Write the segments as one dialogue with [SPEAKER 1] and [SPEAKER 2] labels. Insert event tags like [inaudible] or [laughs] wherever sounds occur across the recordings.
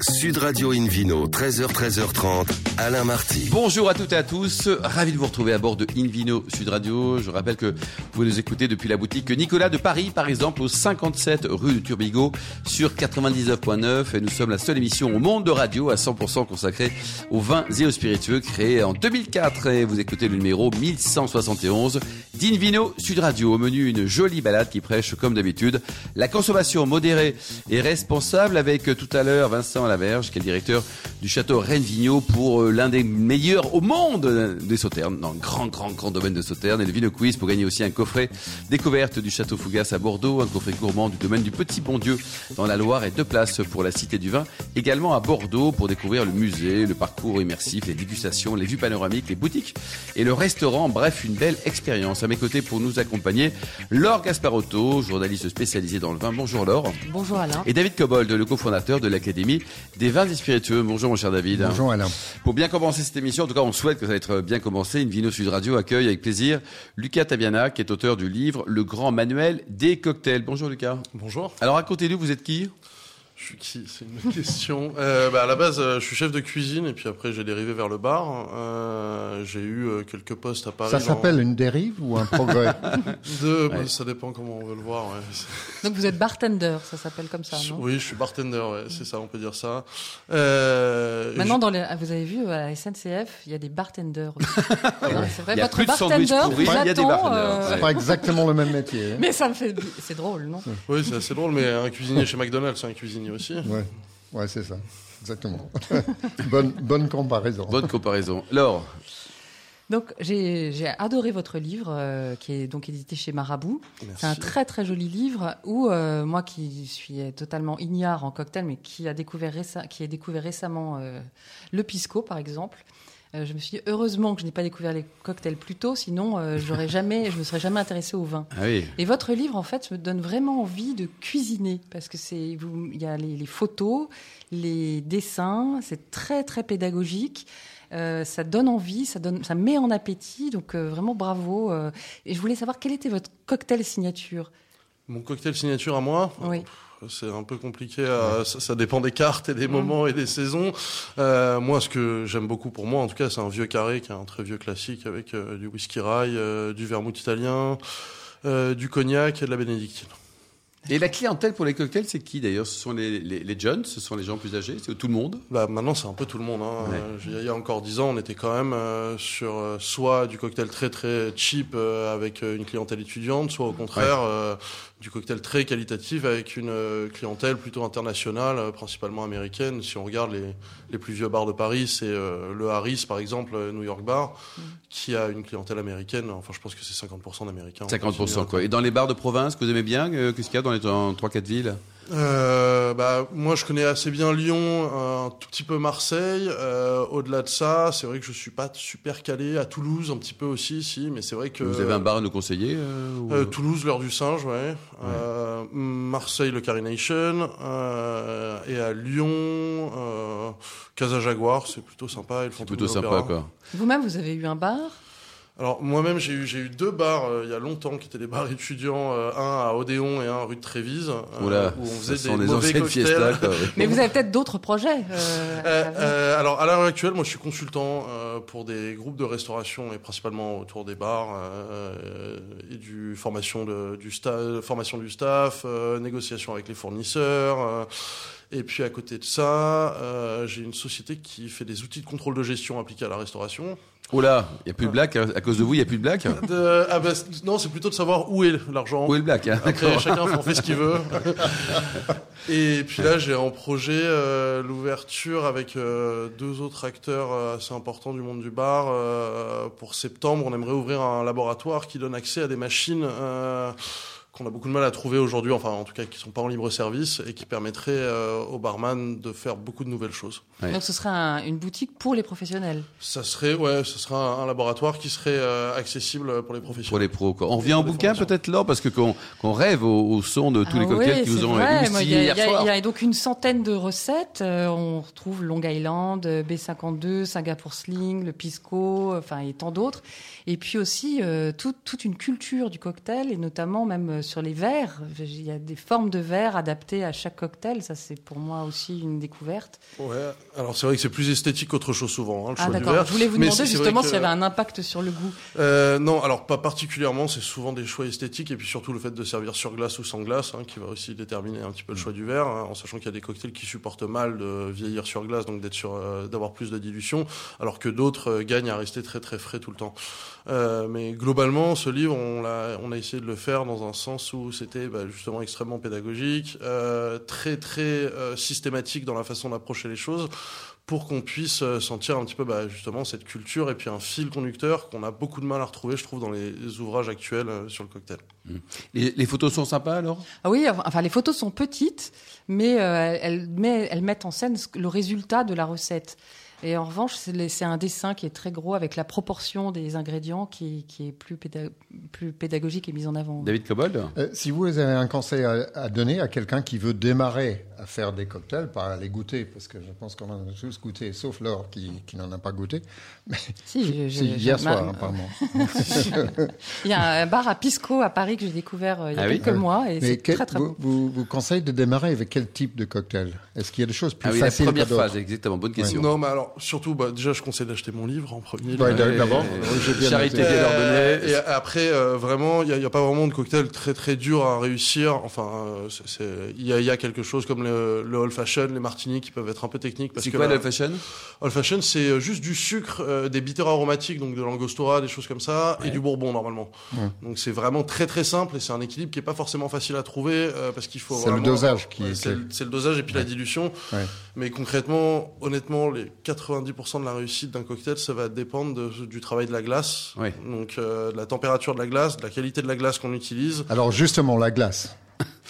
[SPEAKER 1] Sud Radio Invino, 13h, 13h30, Alain Marty.
[SPEAKER 2] Bonjour à toutes et à tous, ravi de vous retrouver à bord de Invino Sud Radio. Je rappelle que vous pouvez nous écouter depuis la boutique Nicolas de Paris, par exemple, au 57 rue de Turbigo sur 99.9. Et nous sommes la seule émission au monde de radio à 100% consacrée aux vins et aux spiritueux créés en 2004. Et vous écoutez le numéro 1171 d'Invino Sud Radio. Au menu, une jolie balade qui prêche, comme d'habitude, la consommation modérée et responsable avec tout à l'heure Vincent à la Verge, qui est le directeur du château Rennes-Vigneau pour euh, l'un des meilleurs au monde euh, des sauternes, dans le grand, grand, grand domaine de sauternes. Et le Vino Quiz pour gagner aussi un coffret découverte du château Fougas à Bordeaux, un coffret gourmand du domaine du Petit Bon Dieu dans la Loire et deux places pour la Cité du Vin, également à Bordeaux pour découvrir le musée, le parcours immersif, les dégustations, les vues panoramiques, les boutiques et le restaurant. Bref, une belle expérience. À mes côtés pour nous accompagner, Laure Gasparotto, journaliste spécialisée dans le vin. Bonjour Laure.
[SPEAKER 3] Bonjour Alain.
[SPEAKER 2] Et David Cobold, le cofondateur de l'Académie des vins et spiritueux. Bonjour mon cher David.
[SPEAKER 4] Bonjour Alain.
[SPEAKER 2] Pour bien commencer cette émission, en tout cas on souhaite que ça va être bien commencé, une Vino Sud Radio accueille avec plaisir Lucas Taviana qui est auteur du livre Le Grand Manuel des cocktails. Bonjour Lucas.
[SPEAKER 5] Bonjour.
[SPEAKER 2] Alors racontez-nous, vous êtes qui
[SPEAKER 5] Je suis qui C'est une bonne question. [laughs] Euh, bah, à la base, euh, je suis chef de cuisine et puis après j'ai dérivé vers le bar. Euh, j'ai eu euh, quelques postes à Paris.
[SPEAKER 4] Ça
[SPEAKER 5] dans-
[SPEAKER 4] s'appelle une dérive ou un progrès
[SPEAKER 5] Deux,
[SPEAKER 2] Ouais.
[SPEAKER 5] bah, ça dépend comment on veut le voir. ouais. [laughs]
[SPEAKER 3] Donc vous êtes bartender, ça s'appelle comme ça, non
[SPEAKER 5] Oui, je suis bartender, ouais, c'est ça, on peut dire ça. Euh,
[SPEAKER 3] Maintenant,
[SPEAKER 5] je-
[SPEAKER 3] dans les- ah, vous avez vu, à la SNCF, il y a des bartenders.
[SPEAKER 2] [laughs]
[SPEAKER 3] aussi. Non, c'est vrai,
[SPEAKER 2] Il y a
[SPEAKER 3] votre
[SPEAKER 2] plus de sandwich
[SPEAKER 3] bartender
[SPEAKER 2] pourri,
[SPEAKER 3] vous
[SPEAKER 2] il y a des
[SPEAKER 3] attend,
[SPEAKER 2] bartenders.
[SPEAKER 3] euh,
[SPEAKER 4] C'est pas exactement le même métier. hein.
[SPEAKER 3] Mais ça me fait... C'est drôle, non
[SPEAKER 5] Oui, c'est assez drôle, mais un cuisinier chez McDonald's, c'est un cuisinier aussi.
[SPEAKER 4] Ouais, ouais c'est ça. Exactement. [laughs] bonne, bonne comparaison.
[SPEAKER 2] Bonne comparaison. Laure,
[SPEAKER 3] Donc j'ai j'ai adoré votre livre euh, qui est donc édité chez Marabout. C'est un
[SPEAKER 5] Merci.
[SPEAKER 3] très très joli livre où euh, moi qui suis totalement ignare en cocktail mais qui a découvert réce- qui a découvert récemment euh, le pisco par exemple. euh, je me suis dit, heureusement que je n'ai pas découvert les cocktails plus tôt, sinon euh, j'aurais jamais, je me serais jamais intéressée au vin.
[SPEAKER 2] ah oui,
[SPEAKER 3] Et votre livre, en fait, me donne vraiment envie de cuisiner parce que c'est, vous- il y a les, les photos, les dessins, c'est très très pédagogique. Euh, ça donne envie, ça donne, ça met en appétit. Donc euh, vraiment bravo. euh. et je voulais savoir quel était votre cocktail signature.
[SPEAKER 5] Mon cocktail signature à moi,
[SPEAKER 3] Oui.
[SPEAKER 5] C'est un peu compliqué. à- ça, ça dépend des cartes et des moments et des saisons. Euh, moi, ce que j'aime beaucoup pour moi, en tout cas, c'est un vieux carré qui est un très vieux classique avec euh, du whisky rye, euh, du vermouth italien, euh, du cognac et de la bénédictine.
[SPEAKER 2] Et la clientèle pour les cocktails, c'est qui d'ailleurs Ce sont les, les, les jeunes, ce sont les gens plus âgés, c'est tout le monde.
[SPEAKER 5] Bah, maintenant, c'est un peu tout le monde. hein.
[SPEAKER 2] Ouais.
[SPEAKER 5] Euh, je veux dire, il y a encore dix ans, on était quand même euh, sur euh, soit du cocktail très très cheap euh, avec euh, une clientèle étudiante, soit au contraire euh, du cocktail très qualitatif avec une euh, clientèle plutôt internationale, euh, principalement américaine. Si on regarde les, les plus vieux bars de Paris, c'est euh, le Harris par exemple, euh, New York Bar, qui a une clientèle américaine. Enfin, je pense que c'est 50% d'Américains.
[SPEAKER 2] 50% quoi. Et dans les bars de provinse que vous aimez bien, euh, qu'est-ce qu'il y a dans les dans trois quatre villes
[SPEAKER 5] Euh, bah, moi, je connais assez bien Lyon, euh, un tout petit peu Marseille. Euh, Au-delà de ça, c'est vrai que je suis pas super calé. À Toulouse, un petit peu aussi, si, mais c'est vrai que.
[SPEAKER 2] Vous avez un bar à nous conseiller euh, ou-
[SPEAKER 5] Euh, Toulouse, l'heure du singe, ouais. Euh, Marseille, le Carination. Euh, et à Lyon, euh, Casa Jaguar, c'est plutôt sympa. et le
[SPEAKER 2] C'est
[SPEAKER 5] Fantôme
[SPEAKER 2] plutôt
[SPEAKER 5] de
[SPEAKER 2] sympa
[SPEAKER 5] l'Opéra.
[SPEAKER 2] quoi.
[SPEAKER 3] Vous-même, vous avez eu un bar.
[SPEAKER 5] Alors moi-même j'ai eu j'ai eu deux bars euh, il y a longtemps qui étaient des bars étudiants, euh, un à Odéon et un rue de Trévise, euh,
[SPEAKER 2] Oula,
[SPEAKER 5] où on
[SPEAKER 2] ce
[SPEAKER 5] faisait
[SPEAKER 2] sont
[SPEAKER 5] des
[SPEAKER 2] les
[SPEAKER 5] mauvais
[SPEAKER 2] anciennes
[SPEAKER 5] cocktails.
[SPEAKER 2] fiestas quoi. ouais.
[SPEAKER 3] Mais vous avez peut-être d'autres projets. euh, à
[SPEAKER 5] Euh,
[SPEAKER 3] l'avenir.
[SPEAKER 5] euh, alors à l'heure actuelle, moi je suis consultant euh, pour des groupes de restauration et principalement autour des bars euh, et du formation de- du sta- formation du staff, euh, négociation avec les fournisseurs. euh, et puis à côté de ça, euh, j'ai une société qui fait des outils de contrôle de gestion appliqués à la restauration.
[SPEAKER 2] Oula, il n'y a plus de blague, hein. à cause de vous, il n'y a plus de blague
[SPEAKER 5] De- ah bah, c'est- non, c'est plutôt de savoir où est l'argent.
[SPEAKER 2] Où est le blague hein
[SPEAKER 5] Après, [laughs] chacun en fait ce qu'il
[SPEAKER 2] [laughs]
[SPEAKER 5] veut. Et puis là, j'ai en projet euh, l'ouverture avec euh, deux autres acteurs euh, assez importants du monde du bar. Euh, pour septembre, on aimerait ouvrir un laboratoire qui donne accès à des machines euh, qu'on a beaucoup de mal à trouver aujourd'hui, enfin en tout cas qui sont pas en libre service et qui permettraient euh, aux barman de faire beaucoup de nouvelles choses.
[SPEAKER 2] ouais.
[SPEAKER 3] Donc ce sera un- une boutique pour les professionnels.
[SPEAKER 5] Ça serait, ouais, ça serait un, un laboratoire qui serait euh, accessible pour
[SPEAKER 2] [laughs]
[SPEAKER 5] les
[SPEAKER 2] Pour
[SPEAKER 5] professionnels.
[SPEAKER 2] les pros quoi. On revient au bouquin peut-être là, parce que qu'on qu'on rêve au, au son de tous les
[SPEAKER 3] Ah
[SPEAKER 2] cocktails
[SPEAKER 3] ouais,
[SPEAKER 2] qui vous
[SPEAKER 3] c'est
[SPEAKER 2] ont
[SPEAKER 3] vrai.
[SPEAKER 2] ému
[SPEAKER 3] Moi,
[SPEAKER 2] ici
[SPEAKER 3] il y a-
[SPEAKER 2] hier
[SPEAKER 3] il y a-
[SPEAKER 2] soir.
[SPEAKER 3] Il y a donc une centaine de recettes. Euh, on retrouve Long Island, euh, B52, Singapour Sling, le Pisco, euh, enfin et tant d'autres. Et puis aussi euh, tout- toute une culture du cocktail et notamment même euh, sur les verres. Il y a des formes de verres adaptées à chaque cocktail. Ça, c'est pour moi aussi une découverte.
[SPEAKER 5] Ouais. Alors c'est vrai que c'est plus esthétique qu'autre chose souvent. hein, le
[SPEAKER 3] Ah,
[SPEAKER 5] choix du
[SPEAKER 3] d'accord.
[SPEAKER 5] verre.
[SPEAKER 3] Je voulais vous
[SPEAKER 5] Mais
[SPEAKER 3] demander
[SPEAKER 5] c'est- c'est vrai
[SPEAKER 3] justement
[SPEAKER 5] que-
[SPEAKER 3] s'il y avait un impact sur le goût.
[SPEAKER 5] Euh, non, alors pas particulièrement, c'est souvent des choix esthétiques et puis surtout le fait de servir sur glace ou sans glace hein, qui va aussi déterminer un petit peu le choix du verre, hein, en sachant qu'il y a des cocktails qui supportent mal de vieillir sur glace, donc d'être sur, euh, d'avoir plus de dilution, alors que d'autres euh, gagnent à rester très très frais tout le temps. Euh, mais globalement, ce livre, on, l'a, on a essayé de le faire dans un sens où c'était bah, justement extrêmement pédagogique, euh, très très euh, systématique dans la façon d'approcher les choses pour qu'on puisse euh, sentir un petit peu bah, justement cette culture et puis un fil conducteur qu'on a beaucoup de mal à retrouver, je trouve, dans les ouvrages actuels euh, sur le cocktail.
[SPEAKER 2] Les, les photos sont sympas alors
[SPEAKER 3] Ah oui, enfin les photos sont petites, mais euh, elles, mais elles mettent en scène ce que- le résultat de la recette. Et en revanche, c'est les- c'est un dessin qui est très gros avec la proportion des ingrédients qui, qui est plus, péda- plus pédagogique et mise en avant.
[SPEAKER 2] David Cobold
[SPEAKER 4] Euh, si vous avez un conseil à, à donner à quelqu'un qui veut démarrer à faire des cocktails, pas à les goûter, parce que je pense qu'on en a tous goûté, sauf Laure qui, qui n'en a pas goûté.
[SPEAKER 3] Si, je- je-
[SPEAKER 4] C'est
[SPEAKER 3] je-
[SPEAKER 4] hier soir, hein.
[SPEAKER 3] ma-
[SPEAKER 4] apparemment.
[SPEAKER 3] Il y a un bar à Pisco à Paris que j'ai découvert euh, il y a
[SPEAKER 2] Ah oui
[SPEAKER 3] quelques mois et c'est
[SPEAKER 4] Mais quel-
[SPEAKER 3] très très
[SPEAKER 4] vous,
[SPEAKER 3] beau.
[SPEAKER 4] vous, vous conseillez de démarrer avec quel type de cocktail Est-ce qu'il y a des choses plus
[SPEAKER 2] Ah oui, la
[SPEAKER 4] faciles
[SPEAKER 2] première
[SPEAKER 4] que d'autres
[SPEAKER 2] phase, exactement. Bonne question.
[SPEAKER 5] Non, mais alors, surtout, bah, déjà, je conseille d'acheter mon livre en premier.
[SPEAKER 4] Ouais,
[SPEAKER 5] lieu.
[SPEAKER 4] d'a-
[SPEAKER 2] Ouais.
[SPEAKER 4] D'abord,
[SPEAKER 2] Euh,
[SPEAKER 4] oui, j'ai bien
[SPEAKER 2] Charité
[SPEAKER 4] noté.
[SPEAKER 2] des
[SPEAKER 5] Euh,
[SPEAKER 2] Lordonnais.
[SPEAKER 5] et après, euh, vraiment, il n'y a, il y a pas vraiment de cocktail très très dur à réussir. Enfin, euh, c'est- c'est- il y, a- il y a quelque chose comme le, le old fashion, les martinis qui peuvent être un peu techniques. parce
[SPEAKER 2] C'est
[SPEAKER 5] que
[SPEAKER 2] quoi
[SPEAKER 5] la-
[SPEAKER 2] l'old fashion
[SPEAKER 4] Ah,
[SPEAKER 5] Old Fashion, c'est euh, juste du sucre, euh, des bitters aromatiques, donc de l'angostura, des choses comme ça, et du bourbon normalement. Donc c'est vraiment très très simple et c'est un équilibre qui est pas forcément facile à trouver euh, parce qu'il faut.
[SPEAKER 4] C'est le
[SPEAKER 5] vraiment-
[SPEAKER 4] dosage qui
[SPEAKER 5] Ouais,
[SPEAKER 4] est
[SPEAKER 5] c'est
[SPEAKER 4] clé.
[SPEAKER 5] le, c'est le dosage et puis la dilution.
[SPEAKER 4] Ouais.
[SPEAKER 5] Mais concrètement, honnêtement, les 90% de la réussite d'un cocktail, ça va dépendre de- du travail de la glace,
[SPEAKER 2] Ouais.
[SPEAKER 5] donc euh, de la température de la glace, de la qualité de la glace qu'on utilise.
[SPEAKER 4] Alors justement, la glace.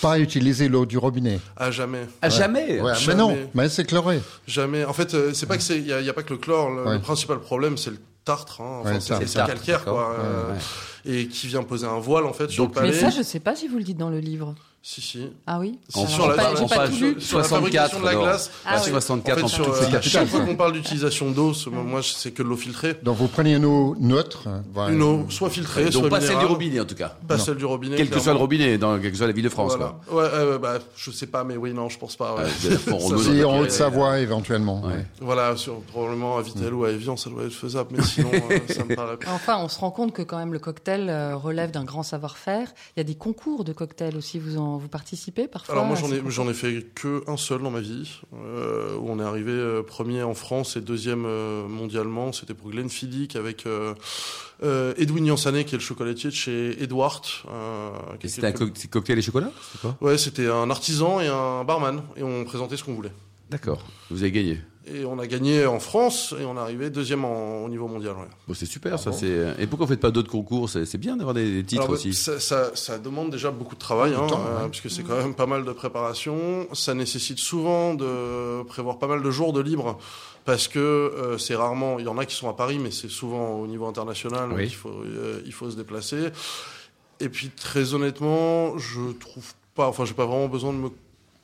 [SPEAKER 4] Pas utiliser l'eau du robinet.
[SPEAKER 5] À jamais.
[SPEAKER 2] À jamais
[SPEAKER 4] Ouais, mais
[SPEAKER 5] Jamais.
[SPEAKER 4] non, mais c'est chloré.
[SPEAKER 5] Jamais. En fait, euh, c'est pas que c'est. Il y, a- y a pas que le chlore. Le,
[SPEAKER 4] Ouais.
[SPEAKER 5] le principal problème, c'est le tartre. hein. Enfin,
[SPEAKER 4] Ouais,
[SPEAKER 5] c'est
[SPEAKER 4] le
[SPEAKER 5] c'est
[SPEAKER 2] tartre,
[SPEAKER 5] calcaire,
[SPEAKER 2] d'accord.
[SPEAKER 5] quoi. euh,
[SPEAKER 2] Ouais.
[SPEAKER 5] Et qui vient poser un voile, en fait, sur
[SPEAKER 2] Donc,
[SPEAKER 5] le palais.
[SPEAKER 3] Mais ça, je sais pas si vous le dites dans le livre.
[SPEAKER 5] Si, si.
[SPEAKER 3] Ah oui
[SPEAKER 2] En
[SPEAKER 3] Alors,
[SPEAKER 2] sur
[SPEAKER 3] j'ai
[SPEAKER 2] la-
[SPEAKER 3] pas, j'ai
[SPEAKER 2] en
[SPEAKER 3] pas
[SPEAKER 2] page-
[SPEAKER 3] tout lu.
[SPEAKER 5] sur la
[SPEAKER 2] 64,
[SPEAKER 5] fabrication de la
[SPEAKER 2] alors.
[SPEAKER 5] glace.
[SPEAKER 3] Ah oui.
[SPEAKER 2] 64
[SPEAKER 5] en
[SPEAKER 2] en
[SPEAKER 5] fait, sur,
[SPEAKER 2] toutes
[SPEAKER 5] euh,
[SPEAKER 2] ces
[SPEAKER 5] à chaque
[SPEAKER 2] capitales.
[SPEAKER 5] fois qu'on parle d'utilisation d'eau, ce- moi, je- c'est que de l'eau filtrée.
[SPEAKER 4] Donc vous prenez une eau neutre. euh, bah,
[SPEAKER 5] Une eau, soit filtrée, soit
[SPEAKER 2] Donc pas celle du
[SPEAKER 5] minérale.
[SPEAKER 2] robinet en tout cas.
[SPEAKER 5] Pas celle du robinet.
[SPEAKER 2] Quel que soit le
[SPEAKER 5] clairement.
[SPEAKER 2] robinet, dans quelle que soit la ville de France.
[SPEAKER 5] Voilà. Ouais, euh, bah, je sais pas, mais oui, non, je pense pas.
[SPEAKER 2] quoi.
[SPEAKER 5] ouais.
[SPEAKER 2] Euh, de la Font-
[SPEAKER 5] Ça,
[SPEAKER 2] Renaud,
[SPEAKER 5] c'est-
[SPEAKER 4] Si, en
[SPEAKER 5] Ouais.
[SPEAKER 4] Haute-Savoie, éventuellement.
[SPEAKER 2] Ouais.
[SPEAKER 4] ouais.
[SPEAKER 5] Voilà, sur, probablement à Vitel ou à Evian, ça doit être faisable, mais sinon, euh, ça me paraît pas.
[SPEAKER 3] Enfin, on se rend compte que quand même le cocktail euh, relève d'un grand savoir-faire. Il y a des concours de cocktails aussi. Vous en vous participez parfois
[SPEAKER 5] Alors moi
[SPEAKER 3] à
[SPEAKER 5] j'en
[SPEAKER 3] ces
[SPEAKER 5] ai
[SPEAKER 3] concours
[SPEAKER 5] j'en ai fait que un seul dans ma vie euh, où on est arrivé euh, premier en France et deuxième euh, mondialement c'était pour Glenfiddich avec euh, euh, Edwin Yansané qui est le chocolatier de chez Edward euh, qui
[SPEAKER 2] Et
[SPEAKER 5] est
[SPEAKER 2] C'était un
[SPEAKER 5] quelque-
[SPEAKER 2] co- c'est cocktail et chocolat c'est quoi
[SPEAKER 5] ouais c'était un artisan et un barman et on présentait ce qu'on voulait
[SPEAKER 2] D'accord. Vous avez gagné.
[SPEAKER 5] et on a gagné en France et on est arrivé deuxième en- au niveau mondial ouais.
[SPEAKER 2] Bon, c'est super, ça.
[SPEAKER 4] bon
[SPEAKER 2] c'est. euh, Et pourquoi vous faites pas d'autres concours C'est c'est bien d'avoir des, des titres
[SPEAKER 5] Alors, bah,
[SPEAKER 2] aussi.
[SPEAKER 5] Ça, ça- ça demande déjà beaucoup de travail,
[SPEAKER 4] Beaucoup
[SPEAKER 5] hein,
[SPEAKER 4] de temps,
[SPEAKER 5] euh, puisque
[SPEAKER 3] Mm.
[SPEAKER 5] c'est quand même pas mal de préparation. Ça nécessite souvent de prévoir pas mal de jours de libre, parce que euh, c'est rarement. Il y en a qui sont à Paris, mais c'est souvent au niveau international. donc
[SPEAKER 2] Oui.
[SPEAKER 5] il faut, euh, il faut se déplacer. Et puis très honnêtement, je trouve pas. Enfin, j'ai pas vraiment besoin de me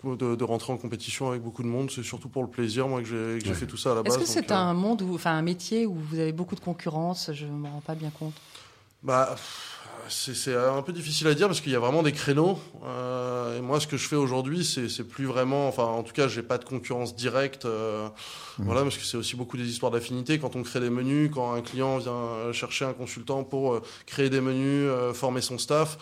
[SPEAKER 5] de, de rentrer en compétition avec beaucoup de monde. C'est surtout pour le plaisir, moi, que j'ai que j'ai
[SPEAKER 2] Ouais.
[SPEAKER 5] fait tout ça à la base.
[SPEAKER 3] Est-ce que
[SPEAKER 5] donc,
[SPEAKER 3] c'est
[SPEAKER 5] euh,
[SPEAKER 3] un monde où, enfin, un métier où vous avez beaucoup de concurrence Je ne me rends pas bien compte.
[SPEAKER 5] Bah, pff, c'est c'est euh, un peu difficile à dire parce qu'il y a vraiment des créneaux. Euh, et moi, ce que je fais aujourd'hui, c'est c'est plus vraiment. Enfin, en tout cas, j'ai pas de concurrence directe. euh, Voilà, parce que c'est aussi beaucoup des histoires d'affinité. Quand on crée des menus, quand un client vient euh, chercher un consultant pour euh, créer des menus, euh, former son staff.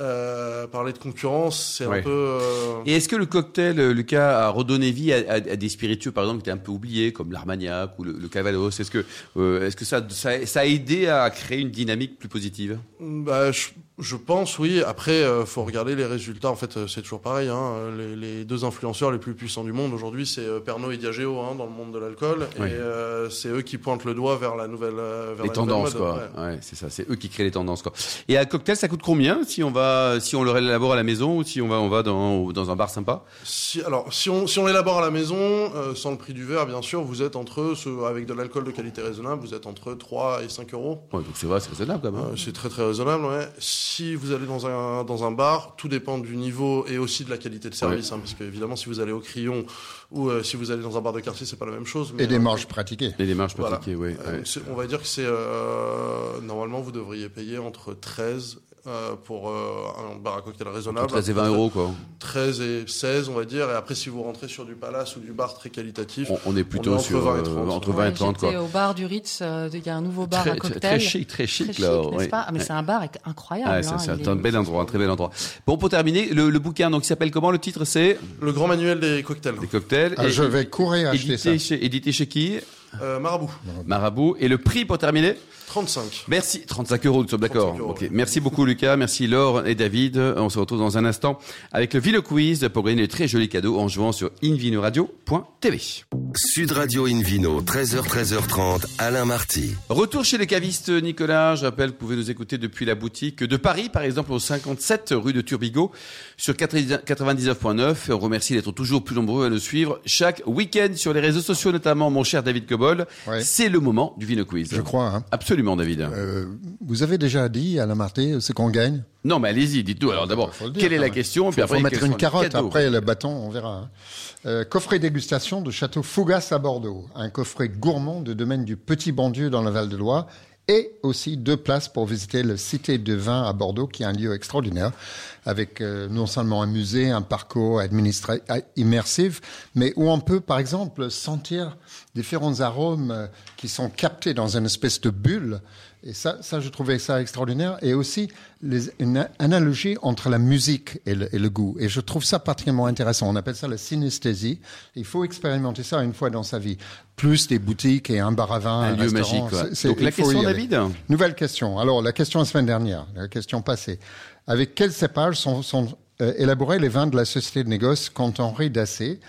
[SPEAKER 5] euh, parler de concurrence, c'est
[SPEAKER 2] Ouais.
[SPEAKER 5] un peu. euh,
[SPEAKER 2] Et est-ce que le cocktail, euh, Lucas, a redonné vie à, à- à des spiritueux, par exemple, qui étaient un peu oubliés, comme l'Armagnac ou le, le Cavalos Est-ce que, euh, est-ce que ça, ça, ça a aidé à créer une dynamique plus positive
[SPEAKER 5] Bah, je, je pense, oui. Après, euh, faut regarder les résultats. En fait, euh, c'est toujours pareil. Hein. Les, les deux influenceurs les plus puissants du monde aujourd'hui, c'est euh, Pernod et Diageo hein, dans le monde de l'alcool.
[SPEAKER 2] Oui.
[SPEAKER 5] Et euh, c'est eux qui pointent le doigt vers la nouvelle, euh, vers
[SPEAKER 2] Les
[SPEAKER 5] la nouvelle
[SPEAKER 2] tendances,
[SPEAKER 5] mode.
[SPEAKER 2] quoi.
[SPEAKER 5] Ouais.
[SPEAKER 2] Ouais, c'est ça. C'est eux qui créent les tendances, quoi. Et un cocktail, ça coûte combien si on va, si on le élabore à la maison ou si on va, on va dans, dans un bar sympa
[SPEAKER 5] Si, alors, si on, si on l'élabore à la maison, euh, sans le prix du verre, bien sûr, vous êtes entre, ce, avec de l'alcool de qualité raisonnable, vous êtes entre 3 et 5 euros.
[SPEAKER 2] ouais, Donc c'est vrai, c'est raisonnable, quand même. hein.
[SPEAKER 5] Euh, c'est très très raisonnable, ouais. Si vous allez dans un, dans un bar, tout dépend du niveau et aussi de la qualité de service, hein, parce que évidemment, si vous allez au crayon, Ou euh, si vous allez dans un bar de quartier, c'est pas la même chose.
[SPEAKER 4] Et
[SPEAKER 5] mais,
[SPEAKER 4] des
[SPEAKER 5] euh,
[SPEAKER 4] marges pratiquées.
[SPEAKER 2] Les démarches
[SPEAKER 5] Voilà.
[SPEAKER 2] pratiquées, oui.
[SPEAKER 5] euh,
[SPEAKER 2] ouais.
[SPEAKER 5] c'est- On va dire que c'est euh, normalement vous devriez payer entre 13 euh, pour euh, un bar à cocktail raisonnable.
[SPEAKER 2] Entre 13 et
[SPEAKER 5] bah,
[SPEAKER 2] 20 euros, quoi.
[SPEAKER 5] 13 et 16, on va dire. Et après, si vous rentrez sur du palace ou du bar très qualitatif,
[SPEAKER 2] On, on est plutôt
[SPEAKER 5] est entre
[SPEAKER 2] sur
[SPEAKER 5] 20 et
[SPEAKER 2] euh,
[SPEAKER 5] 30.
[SPEAKER 2] entre 20 et 30,
[SPEAKER 3] J'étais
[SPEAKER 2] quoi.
[SPEAKER 3] au bar du Ritz, euh, il y a un nouveau bar
[SPEAKER 2] Très,
[SPEAKER 3] à
[SPEAKER 2] très- très
[SPEAKER 3] cocktail.
[SPEAKER 2] chic, très chic,
[SPEAKER 3] Très chic,
[SPEAKER 2] là.
[SPEAKER 3] n'est-ce
[SPEAKER 2] ouais.
[SPEAKER 3] pas Ah, mais c'est un bar inc- incroyable.
[SPEAKER 2] Ouais, c'est
[SPEAKER 3] hein,
[SPEAKER 2] c'est
[SPEAKER 3] il
[SPEAKER 2] un,
[SPEAKER 3] est-
[SPEAKER 2] bel endroit, un très bel endroit. Bon, pour terminer, le, le bouquin, donc, il s'appelle comment Le titre, c'est
[SPEAKER 5] le grand manuel des cocktails.
[SPEAKER 2] Des cocktails.
[SPEAKER 4] Ah,
[SPEAKER 2] et-
[SPEAKER 4] je vais courir acheter ça.
[SPEAKER 2] édité chez, édité chez qui
[SPEAKER 5] Euh, Marabout,
[SPEAKER 2] Marabout. Et le prix pour terminer
[SPEAKER 5] 35.
[SPEAKER 2] Merci. 35 euros, nous sommes d'accord.
[SPEAKER 5] 35 euros,
[SPEAKER 2] Ok.
[SPEAKER 5] ouais.
[SPEAKER 2] Merci beaucoup, Lucas. Merci, Laure et David. On se retrouve dans un instant avec le Vino Quiz pour gagner de très jolis cadeaux en jouant sur invinoradio.tv.
[SPEAKER 1] Sud Radio Invino, 13h, 13h30, Alain Marty.
[SPEAKER 2] Retour chez les cavistes, Nicolas. Je rappelle que vous pouvez nous écouter depuis la boutique de Paris, par exemple, au 57 rue de Turbigo, sur 99.9. Et On remercie d'être toujours plus nombreux à nous suivre chaque week-end sur les réseaux sociaux, notamment mon cher David Cobol.
[SPEAKER 4] Ouais.
[SPEAKER 2] C'est le moment du Vino Quiz.
[SPEAKER 4] Je crois. hein.
[SPEAKER 2] Absolument, David.
[SPEAKER 4] Euh, vous avez déjà dit, Alain Marté, ce qu'on gagne
[SPEAKER 2] Non, mais allez-y, dites-nous. Alors d'abord,
[SPEAKER 4] Faut le dire,
[SPEAKER 2] quelle est
[SPEAKER 4] quand
[SPEAKER 2] la
[SPEAKER 4] même.
[SPEAKER 2] question
[SPEAKER 4] Il
[SPEAKER 2] puis
[SPEAKER 4] faut,
[SPEAKER 2] après,
[SPEAKER 4] mettre
[SPEAKER 2] quels sont
[SPEAKER 4] une
[SPEAKER 2] les
[SPEAKER 4] carotte,
[SPEAKER 2] cadeaux
[SPEAKER 4] après le bâton, on verra. hein. Euh, coffret dégustation de Château Fougas à Bordeaux, un coffret gourmand de domaine du Petit Bandieu dans la Val-de-Loire, et aussi deux places pour visiter le Cité de Vin à Bordeaux, qui est un lieu extraordinaire, avec euh, non seulement un musée, un parcours administra- euh, immersif, mais où on peut, par exemple, sentir différents arômes euh, qui sont captés dans une espèce de bulle. Et ça, ça, je trouvais ça extraordinaire. Et aussi, les- une a- analogie entre la musique et le, et le goût. Et je trouve ça particulièrement intéressant. On appelle ça la synesthésie. Il faut expérimenter ça une fois dans sa vie. Plus des boutiques et un bar à vin,
[SPEAKER 2] Un lieu
[SPEAKER 4] restaurant.
[SPEAKER 2] magique, ouais.
[SPEAKER 4] C'est- c'est-
[SPEAKER 2] Donc, la
[SPEAKER 4] il faut y
[SPEAKER 2] question,
[SPEAKER 4] aller.
[SPEAKER 2] David
[SPEAKER 4] Nouvelle question. Alors, la question la semaine dernière, la question passée. Avec quels cépages sont, sont, euh, élaborés les vins de la société de négoce quand Henri Dassé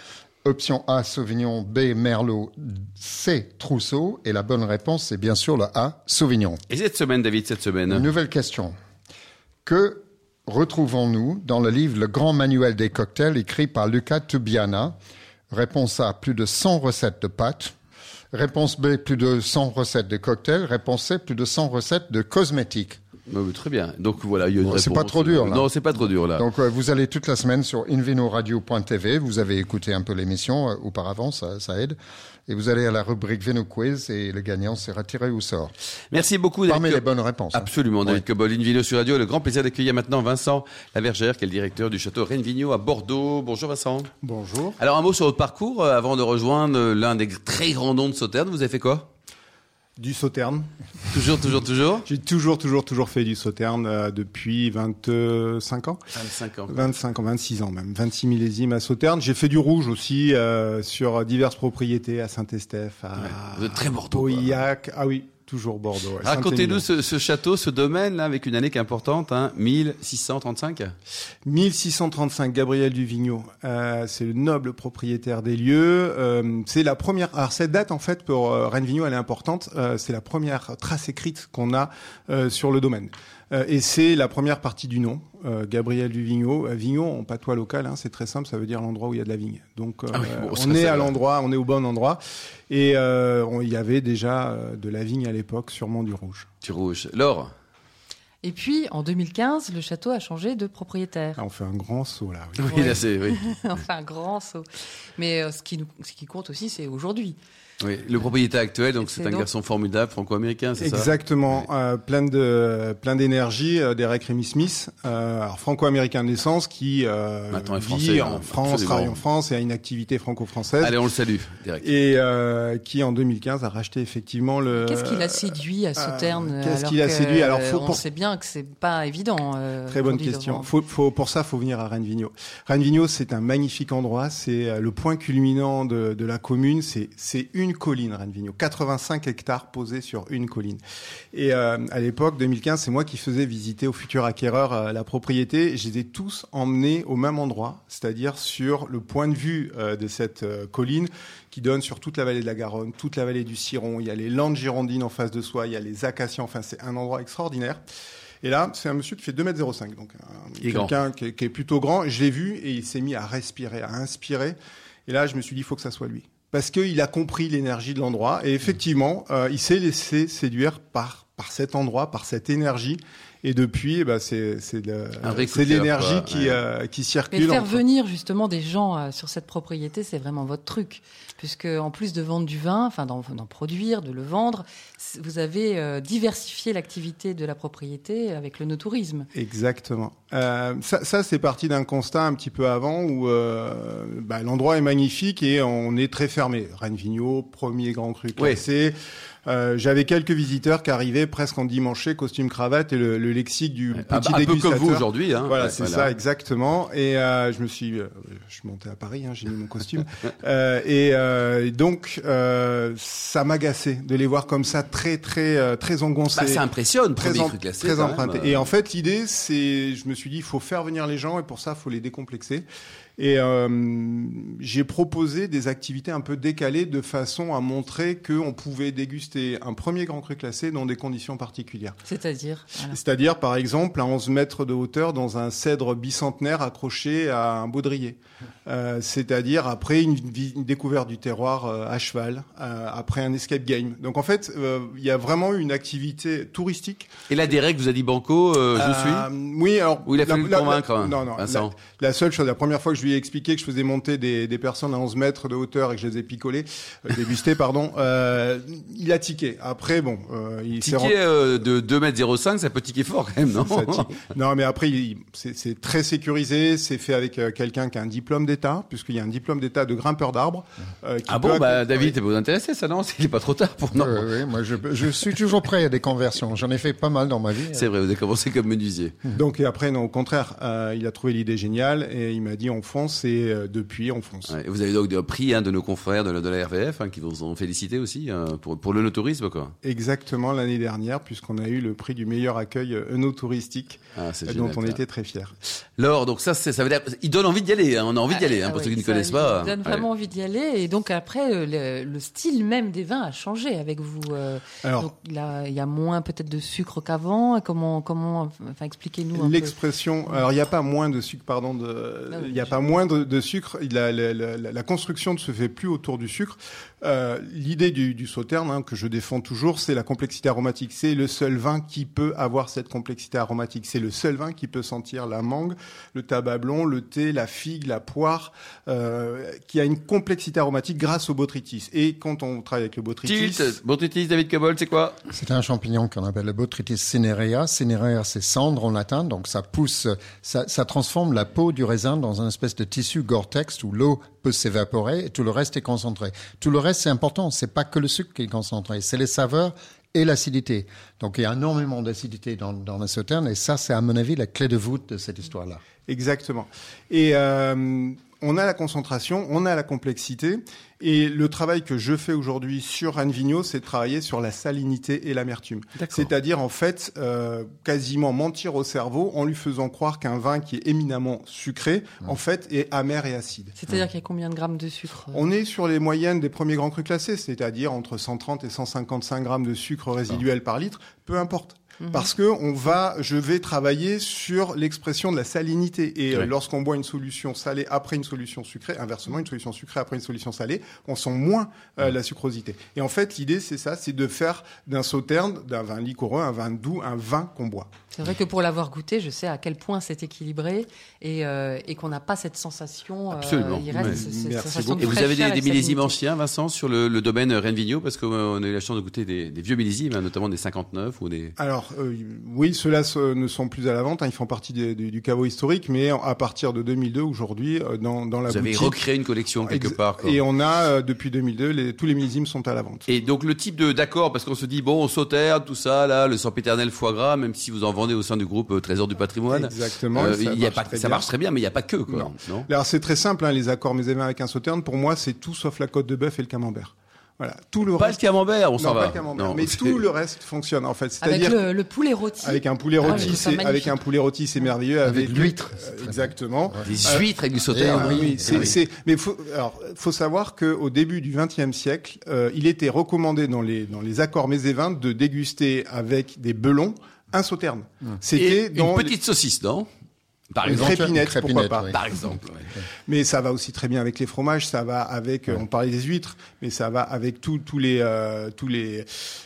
[SPEAKER 4] Option A, Sauvignon, B, Merlot, C, Trousseau. Et la bonne réponse, c'est bien sûr la A, Sauvignon.
[SPEAKER 2] Et cette semaine, David, cette semaine
[SPEAKER 4] Une nouvelle question. Que retrouvons-nous dans le livre Le Grand Manuel des cocktails écrit par Luca Tubiana Réponse A, plus de 100 recettes de pâtes. Réponse B, plus de 100 recettes de cocktails. Réponse C, plus de 100 recettes de cosmétiques.
[SPEAKER 2] Oh, mais Très bien. Donc voilà, il y a une
[SPEAKER 4] Bon, c'est
[SPEAKER 2] réponse.
[SPEAKER 4] pas trop dur, là.
[SPEAKER 2] Non, c'est pas trop dur, là.
[SPEAKER 4] Donc euh, vous allez toute la semaine sur invinoradio.tv, vous avez écouté un peu l'émission euh, auparavant, ça, ça aide, et vous allez à la rubrique Vino Quiz et le gagnant sera tiré au sort.
[SPEAKER 2] Merci beaucoup, David.
[SPEAKER 4] Parmi les
[SPEAKER 2] Cobol.
[SPEAKER 4] bonnes réponses. hein.
[SPEAKER 2] Absolument, David Cobol, une vidéo sur radio. Le grand plaisir d'accueillir maintenant Vincent Lavergère, qui est le directeur du château Rennes-Vigneau à Bordeaux. Bonjour Vincent.
[SPEAKER 6] Bonjour.
[SPEAKER 2] Alors un mot sur votre parcours euh, avant de rejoindre euh, l'un des très grands noms de Sauternes. Vous avez fait quoi
[SPEAKER 6] Du sauterne.
[SPEAKER 2] Toujours, toujours, toujours
[SPEAKER 6] J'ai toujours, toujours, toujours fait du sauterne euh, depuis 25 ans.
[SPEAKER 2] 25 ans.
[SPEAKER 6] 25 ans, 26 ans même. 26 millésimes à sauterne. J'ai fait du rouge aussi euh, sur diverses propriétés à Saint-Estèphe, à
[SPEAKER 2] Vous êtes très Bordeaux, quoi.
[SPEAKER 6] Pauillac. Ah oui, toujours Bordeaux. ouais.
[SPEAKER 2] Racontez-nous
[SPEAKER 6] Saint-Émilion.
[SPEAKER 2] ce, ce château, ce domaine, là, avec une année qui est importante, hein, 1635.
[SPEAKER 6] 1635, Gabriel Duvigneau, euh, c'est le noble propriétaire des lieux. Euh, c'est la première. Alors cette date en fait pour euh, Rennes-Vigneau, elle est importante. Euh, c'est la première trace écrite qu'on a euh, sur le domaine. Euh, et c'est la première partie du nom, euh, Gabriel Duvigneau. Euh, Vigneau en patois local, hein, c'est très simple, ça veut dire l'endroit où il y a de la vigne. Donc euh,
[SPEAKER 2] Ah oui, bon, ça,
[SPEAKER 6] on est
[SPEAKER 2] ça,
[SPEAKER 6] à
[SPEAKER 2] ouais.
[SPEAKER 6] l'endroit, on est au bon endroit. Et euh, on- il y avait déjà euh, de la vigne à l'époque, sûrement du rouge.
[SPEAKER 2] Tu rouges. Laure,
[SPEAKER 3] Et puis, en 2015, le château a changé de propriétaire. [laughs]
[SPEAKER 6] Ah, on fait un grand saut là. oui.
[SPEAKER 2] oui, là, c'est, oui.
[SPEAKER 3] enfin, un grand saut. Mais euh, ce, qui nous- ce qui compte aussi, c'est aujourd'hui.
[SPEAKER 2] Oui, Le propriétaire actuel, donc c'est
[SPEAKER 3] C'est
[SPEAKER 2] un
[SPEAKER 3] donc-
[SPEAKER 2] garçon formidable franco-américain, c'est ça
[SPEAKER 6] Exactement, euh, plein de plein d'énergie, euh, Derek Remy Smith, euh, alors franco-américain de naissance qui euh,
[SPEAKER 2] Maintenant est
[SPEAKER 6] vit
[SPEAKER 2] français,
[SPEAKER 6] en
[SPEAKER 2] hein,
[SPEAKER 6] France,
[SPEAKER 2] absolument.
[SPEAKER 6] travaille en France et a une activité franco-française
[SPEAKER 2] Allez, on le salue, direct.
[SPEAKER 6] et euh, qui en 2015 a racheté effectivement le.
[SPEAKER 3] Qu'est-ce qu'il a séduit à Sauterne
[SPEAKER 6] Euh, qu'est-ce
[SPEAKER 3] alors
[SPEAKER 6] qu'il a
[SPEAKER 3] que,
[SPEAKER 6] séduit Alors, faut
[SPEAKER 3] euh, on
[SPEAKER 6] pour-
[SPEAKER 3] sait bien que c'est pas évident. euh,
[SPEAKER 6] Très bonne
[SPEAKER 3] aujourd'hui
[SPEAKER 6] question.
[SPEAKER 3] devant-
[SPEAKER 6] Faut, faut, pour ça, faut venir à Rennes-Vigneau. Rennes-Vigneau, c'est un magnifique endroit. C'est euh, le point culminant de, de la commune. C'est c'est une colline, Rennes-Vigneau. 85 hectares posés sur une colline. Et euh, à l'époque, 2015, c'est moi qui faisais visiter aux futurs acquéreurs euh, la propriété. Je les ai tous emmenés au même endroit, c'est-à-dire sur le point de vue euh, de cette euh, colline qui donne sur toute la vallée de la Garonne, toute la vallée du Ciron. Il y a les landes girondines en face de soi, il y a les acacias. Enfin, c'est un endroit extraordinaire. Et là, c'est un monsieur qui fait 2m05, donc un-
[SPEAKER 2] Il est grand.
[SPEAKER 6] quelqu'un qui, est- qui est plutôt grand. Je l'ai vu et il s'est mis à respirer, à inspirer. Et là, je me suis dit, il faut que ça soit lui. Parce qu'il a compris l'énergie de l'endroit. Et effectivement, euh, il s'est laissé séduire par, par cet endroit, par cette énergie. Et depuis, eh ben, c'est c'est de,
[SPEAKER 2] Un vrai coup
[SPEAKER 6] c'est de
[SPEAKER 2] de cœur,
[SPEAKER 6] l'énergie
[SPEAKER 2] quoi,
[SPEAKER 6] qui,
[SPEAKER 2] ouais.
[SPEAKER 6] euh, qui
[SPEAKER 3] Mais
[SPEAKER 6] circule.
[SPEAKER 3] faire
[SPEAKER 6] entre-
[SPEAKER 3] venir justement des gens euh, sur cette propriété, c'est vraiment votre truc, puisque en plus de vendre du vin, enfin d'en d'en produire, de le vendre, c- vous avez euh, diversifié l'activité de la propriété avec le no-tourisme.
[SPEAKER 6] Exactement. Euh, ça, ça, c'est parti d'un constat un petit peu avant où euh, bah, l'endroit est magnifique et on est très fermé. Rennes Vigneault, premier grand cru classé. Euh, J'avais quelques visiteurs qui arrivaient presque en dimanche, costume cravate et le, le lexique du petit
[SPEAKER 2] Un, un peu comme
[SPEAKER 6] dégustateur.
[SPEAKER 2] vous aujourd'hui. Hein.
[SPEAKER 6] Voilà,
[SPEAKER 2] Ouais,
[SPEAKER 6] c'est ça exactement. Et euh, je me suis, euh, je suis monté à Paris, hein, j'ai mis mon
[SPEAKER 2] [laughs]
[SPEAKER 6] costume. Euh, et euh, et donc, euh, ça m'agaçait de les voir comme ça, très, très, euh, très engoncés
[SPEAKER 2] Bah, ça impressionne,
[SPEAKER 6] très,
[SPEAKER 2] très
[SPEAKER 6] em-
[SPEAKER 2] truc classé.
[SPEAKER 6] très
[SPEAKER 2] quand
[SPEAKER 6] emprunté.
[SPEAKER 2] même. euh.
[SPEAKER 6] Et euh, en fait, l'idée, c'est, je me suis dit, il faut faire venir les gens et pour ça, il faut les décomplexer. Et euh, j'ai proposé des activités un peu décalées de façon à montrer qu'on pouvait déguster un premier grand cru classé dans des conditions particulières.
[SPEAKER 3] C'est-à-dire, voilà.
[SPEAKER 6] C'est-à-dire, par exemple, à 11 mètres de hauteur dans un cèdre bicentenaire accroché à un baudrier. Euh, C'est-à-dire, après une, vi- une découverte du terroir euh, à cheval, euh, après un escape game. Donc, en fait, euh, il y a vraiment eu une activité touristique
[SPEAKER 2] Et la Derek vous a dit Banco, euh, je
[SPEAKER 6] euh,
[SPEAKER 2] suis.
[SPEAKER 6] Oui, alors.
[SPEAKER 2] Ou il a
[SPEAKER 6] la-
[SPEAKER 2] fallu le
[SPEAKER 6] la-
[SPEAKER 2] convaincre,
[SPEAKER 6] la-
[SPEAKER 2] hein,
[SPEAKER 6] Non, non. La,
[SPEAKER 2] Vincent
[SPEAKER 6] la seule chose, la première fois que je lui ai expliqué que je faisais monter des, des personnes à 11 mètres de hauteur et que je les ai picolées, euh,
[SPEAKER 2] [laughs]
[SPEAKER 6] dégustées, pardon, euh, il a tiqué. Après, bon, euh, il s'est rendu.
[SPEAKER 2] Ticket euh, de 2m05, ça peut tiquer fort quand même, non [laughs]
[SPEAKER 6] Ça tique. non, mais après, il- c'est c'est très sécurisé. C'est fait avec euh, quelqu'un qui a un diplôme d'État, puisqu'il y a un diplôme d'État de grimpeur d'arbres. euh, qui
[SPEAKER 2] Ah
[SPEAKER 6] peut
[SPEAKER 2] bon, bah
[SPEAKER 6] accompagner-
[SPEAKER 2] David, t'es pas intéressé, ça non Il est pas trop tard pour non.
[SPEAKER 4] Euh, oui, moi je, je suis toujours prêt à des conversions. J'en ai fait pas mal dans ma vie.
[SPEAKER 2] C'est vrai, vous avez commencé comme menuisier.
[SPEAKER 6] Donc, et après, non, au contraire, euh, il a trouvé l'idée géniale et il m'a dit on fonce. Et euh, depuis, on fonce.
[SPEAKER 2] Ouais, et vous avez donc des prix hein, de nos confrères de, la- de la RVF hein, qui vous ont félicité aussi euh, pour, pour le tourisme quoi.
[SPEAKER 6] Exactement l'année dernière, puisqu'on a eu le prix du meilleur accueil euh, œnotouristique,
[SPEAKER 2] Ah, c'est
[SPEAKER 6] euh,
[SPEAKER 2] génial,
[SPEAKER 6] dont on
[SPEAKER 2] ça.
[SPEAKER 6] était très fiers.
[SPEAKER 2] Laure, donc ça, c'est- ça veut dire, il donne envie d'y aller. hein, on a envie d'y
[SPEAKER 3] Ah,
[SPEAKER 2] aller, hein,
[SPEAKER 3] ah
[SPEAKER 2] pour
[SPEAKER 3] ouais,
[SPEAKER 2] ceux qui ne
[SPEAKER 3] ça
[SPEAKER 2] connaissent
[SPEAKER 3] lui
[SPEAKER 2] pas.
[SPEAKER 3] donne
[SPEAKER 2] Ouais.
[SPEAKER 3] vraiment envie d'y aller. Et donc après, euh, le, le style même des vins a changé avec vous. euh, donc
[SPEAKER 6] Alors,
[SPEAKER 3] là, il y a moins peut-être de sucre qu'avant. Comment, comment, enfin, expliquez-nous un peu.
[SPEAKER 6] l'expression, alors il n'y a pas moins de sucre, pardon, de-
[SPEAKER 3] Non,
[SPEAKER 6] il n'y a
[SPEAKER 3] je-
[SPEAKER 6] pas moins de, de sucre. Il a- la, la- la- la construction ne se fait plus autour du sucre. Euh, L'idée du, du sauterne hein, que je défends toujours, c'est la complexité aromatique. C'est le seul vin qui peut avoir cette complexité aromatique. C'est le seul vin qui peut sentir la mangue, le tabac blond, le thé, la figue, la poire, euh, qui a une complexité aromatique grâce au botrytis. Et quand on travaille avec le botrytis,
[SPEAKER 2] Tilt, bon titis, David Cabol, c'est quoi
[SPEAKER 4] C'est un champignon qu'on appelle le botrytis cinerea. Cinerea, c'est cendre en latin, donc ça pousse, ça, ça transforme la peau du raisin dans un espèce de tissu Gore-Tex où l'eau peut s'évaporer et tout le reste est concentré. Tout le reste, c'est important. C'est pas que le sucre qui est concentré, c'est les saveurs et l'acidité. Donc il y a énormément d'acidité dans, dans la sauterne et ça, c'est à mon avis la clé de voûte de cette histoire-là.
[SPEAKER 6] Exactement. Et euh, on a la concentration, on a la complexité. Et le travail que je fais aujourd'hui sur Anne Vigneault, c'est de travailler sur la salinité et l'amertume. C'est-à-dire, en fait, euh, quasiment mentir au cerveau en lui faisant croire qu'un vin qui est éminemment sucré, en fait, est amer et acide.
[SPEAKER 3] C'est-à-dire qu'il y a combien de grammes de sucre euh,
[SPEAKER 6] On est sur les moyennes des premiers grands crus classés, c'est-à-dire entre 130 et 155 grammes de sucre résiduel par litre, peu importe. Parce que on va, je vais travailler sur l'expression de la salinité. Et euh,
[SPEAKER 2] Ouais.
[SPEAKER 6] lorsqu'on boit une solution salée après une solution sucrée, inversement, une solution sucrée après une solution salée, on sent moins euh, la sucrosité. Et en fait, l'idée, c'est ça, c'est de faire d'un sauterne, d'un vin liquoreux, un vin doux, un vin qu'on boit.
[SPEAKER 3] C'est vrai que pour l'avoir goûté, je sais à quel point c'est équilibré et, euh, et qu'on n'a pas cette sensation. euh,
[SPEAKER 2] Absolument.
[SPEAKER 3] il reste
[SPEAKER 2] Ouais.
[SPEAKER 3] cette- cette
[SPEAKER 6] Merci
[SPEAKER 3] sensation
[SPEAKER 6] beaucoup.
[SPEAKER 3] de
[SPEAKER 2] Et vous
[SPEAKER 3] fraîcheur
[SPEAKER 2] avez des, des
[SPEAKER 3] avec
[SPEAKER 2] millésimes
[SPEAKER 3] salinité.
[SPEAKER 2] anciens, Vincent, sur le, le domaine euh, Rennes-Vigneault Parce qu'on a eu la chance de goûter des, des vieux millésimes, hein, notamment des 59 ou des...
[SPEAKER 6] Alors euh, oui, ceux-là se- ne sont plus à la vente. hein, ils font partie des- du, du caveau historique, mais à partir de 2002 aujourd'hui, euh, dans, dans la
[SPEAKER 2] Vous avez
[SPEAKER 6] boutique.
[SPEAKER 2] recréé une collection quelque
[SPEAKER 6] ex-
[SPEAKER 2] part. quoi.
[SPEAKER 6] Et on a euh, depuis 2002 les- tous les millésimes sont à la vente.
[SPEAKER 2] Et donc le type de d'accord, parce qu'on se dit bon, on sauterne, tout ça, là, le sempiternel foie gras, même si vous en vendez au sein du groupe euh, Trésor du Patrimoine.
[SPEAKER 6] Exactement,
[SPEAKER 2] euh,
[SPEAKER 6] et ça
[SPEAKER 2] il y a
[SPEAKER 6] marche
[SPEAKER 2] pas-
[SPEAKER 6] très
[SPEAKER 2] ça
[SPEAKER 6] bien.
[SPEAKER 2] marche très bien, mais il n'y a pas que quoi.
[SPEAKER 6] Non. Alors c'est très simple, hein, les accords mes avec un sauterne. Pour moi, c'est tout sauf la côte de bœuf et le camembert. Voilà, tout le
[SPEAKER 2] Pas le
[SPEAKER 6] reste.
[SPEAKER 2] camembert, on s'en
[SPEAKER 6] non,
[SPEAKER 2] va.
[SPEAKER 6] pas le camembert,
[SPEAKER 2] Non,
[SPEAKER 6] mais
[SPEAKER 2] c'est-
[SPEAKER 6] tout le reste fonctionne en fait.
[SPEAKER 3] Avec
[SPEAKER 6] C'est-à-dire
[SPEAKER 3] le, le poulet rôti.
[SPEAKER 6] avec un poulet
[SPEAKER 3] Ah, je
[SPEAKER 6] rôti,
[SPEAKER 3] trouve ça
[SPEAKER 6] c'est avec
[SPEAKER 3] magnifique.
[SPEAKER 6] un poulet rôti, c'est merveilleux.
[SPEAKER 4] Avec l'huître,
[SPEAKER 6] euh,
[SPEAKER 4] c'est très
[SPEAKER 6] exactement.
[SPEAKER 2] Des huîtres avec du
[SPEAKER 6] Ah
[SPEAKER 2] sauterne.
[SPEAKER 6] oui,
[SPEAKER 4] oui,
[SPEAKER 6] c'est-
[SPEAKER 4] ah oui.
[SPEAKER 6] c'est- mais faut, alors, faut savoir qu'au début du XXe siècle, euh, il était recommandé dans les, dans les accords mésévins de déguster avec des belons un sauterne.
[SPEAKER 2] Et
[SPEAKER 6] C'était
[SPEAKER 2] une
[SPEAKER 6] dans les-
[SPEAKER 2] petite saucisse, non Par
[SPEAKER 6] Une
[SPEAKER 2] exemple,
[SPEAKER 6] crépinette, pourquoi
[SPEAKER 4] crépinette,
[SPEAKER 6] pas.
[SPEAKER 4] oui.
[SPEAKER 2] par exemple. ouais.
[SPEAKER 6] Mais ça va aussi très bien avec les fromages, ça va avec, euh, on parlait des huîtres, mais ça va avec tous tous les, euh, tous les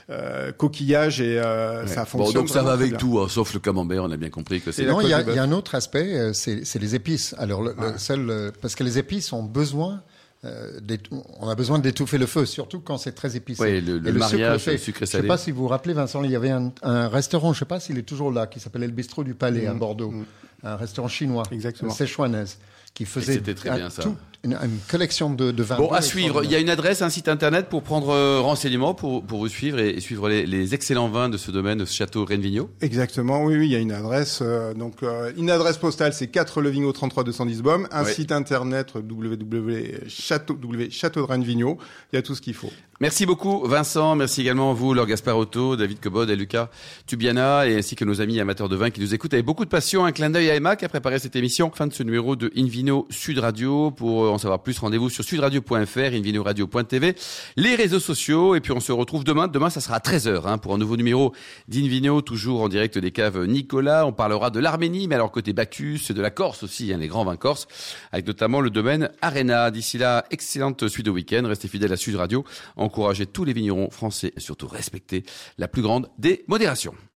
[SPEAKER 6] euh, coquillages et euh, ça
[SPEAKER 2] Bon,
[SPEAKER 6] fonctionne.
[SPEAKER 2] donc ça
[SPEAKER 6] vraiment
[SPEAKER 2] va
[SPEAKER 6] très
[SPEAKER 2] avec
[SPEAKER 6] bien.
[SPEAKER 2] tout, hein, sauf le camembert, on a bien compris que c'est.
[SPEAKER 6] la
[SPEAKER 4] Non, il y, a-
[SPEAKER 6] côte du
[SPEAKER 4] il y a un autre aspect, euh, c'est c'est les épices. Alors, le,
[SPEAKER 2] Ah.
[SPEAKER 4] le seul, euh, parce que les épices ont besoin, euh, d'étou- on a besoin d'étouffer le feu, surtout quand c'est très épicé.
[SPEAKER 2] Ouais, le-
[SPEAKER 4] Et
[SPEAKER 2] le mariage, le sucré
[SPEAKER 4] Je
[SPEAKER 2] salé.
[SPEAKER 4] sais pas si vous vous rappelez, Vincent, il y avait un, un restaurant, je sais pas s'il est toujours là, qui s'appelait le Bistrot du Palais à
[SPEAKER 2] Mm.
[SPEAKER 4] Bordeaux, un restaurant chinois,
[SPEAKER 6] Exactement.
[SPEAKER 4] euh, séchuanaise, qui faisait
[SPEAKER 2] c'était très
[SPEAKER 4] un
[SPEAKER 2] bien, ça.
[SPEAKER 4] tout- une, une collection de, de vins.
[SPEAKER 2] Bon,
[SPEAKER 4] blancs
[SPEAKER 2] à suivre. Il y a une adresse, un site internet pour prendre euh, renseignements, pour, pour vous suivre et, et suivre les, les excellents vins de ce domaine, de ce château Renvigno.
[SPEAKER 6] Exactement, oui, oui, il y a une adresse. euh, donc, euh, une adresse postale, c'est 4 Levingo 33 210 Baume, un
[SPEAKER 2] Oui.
[SPEAKER 6] site internet euh, www.châteaudrainvigno. Il y a tout ce qu'il faut.
[SPEAKER 2] Merci beaucoup, Vincent. Merci également à vous, Laure Gasparotto, David Cobod et Lucas Tubiana, et ainsi que nos amis amateurs de vin qui nous écoutent avec beaucoup de passion. Un clin d'œil à Emma qui a préparé cette émission. Fin de ce numéro de Invino Sud Radio. Pour euh, en savoir plus, rendez-vous sur sudradio.fr, invinoradio.tv, les réseaux sociaux, et puis on se retrouve demain. Demain, ça sera à 13h hein, pour un nouveau numéro d'Invino, toujours en direct des caves Nicolas. On parlera de l'Arménie, mais alors côté Bacchus, de la Corse aussi, hein, les grands vins corses, avec notamment le domaine Arena. D'ici là, excellente suite de week-end. Restez fidèles à Sud Radio encourager tous les vignerons français et surtout respecter la plus grande des modérations.